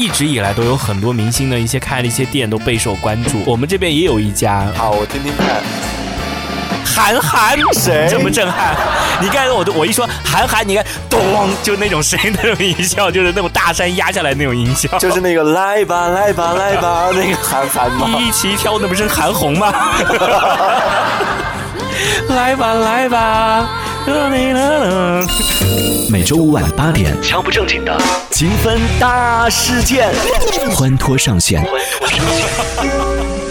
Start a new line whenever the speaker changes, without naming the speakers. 一直以来都有很多明星的一些开的一些店都备受关注，我们这边也有一家。
好，啊我听听看。
韩寒
谁
这么震撼？你看我都我一说韩寒，你看咚就那种声音，那种音效，就是那种大山压下来那种音效。
就是那个来吧来吧来吧那个韩寒吗？
一起跳，那不是韩红吗？ 来吧来吧，
每周五晚八点，
敲不正经的，
评分大事件。
欢脱上线。
欢脱上线。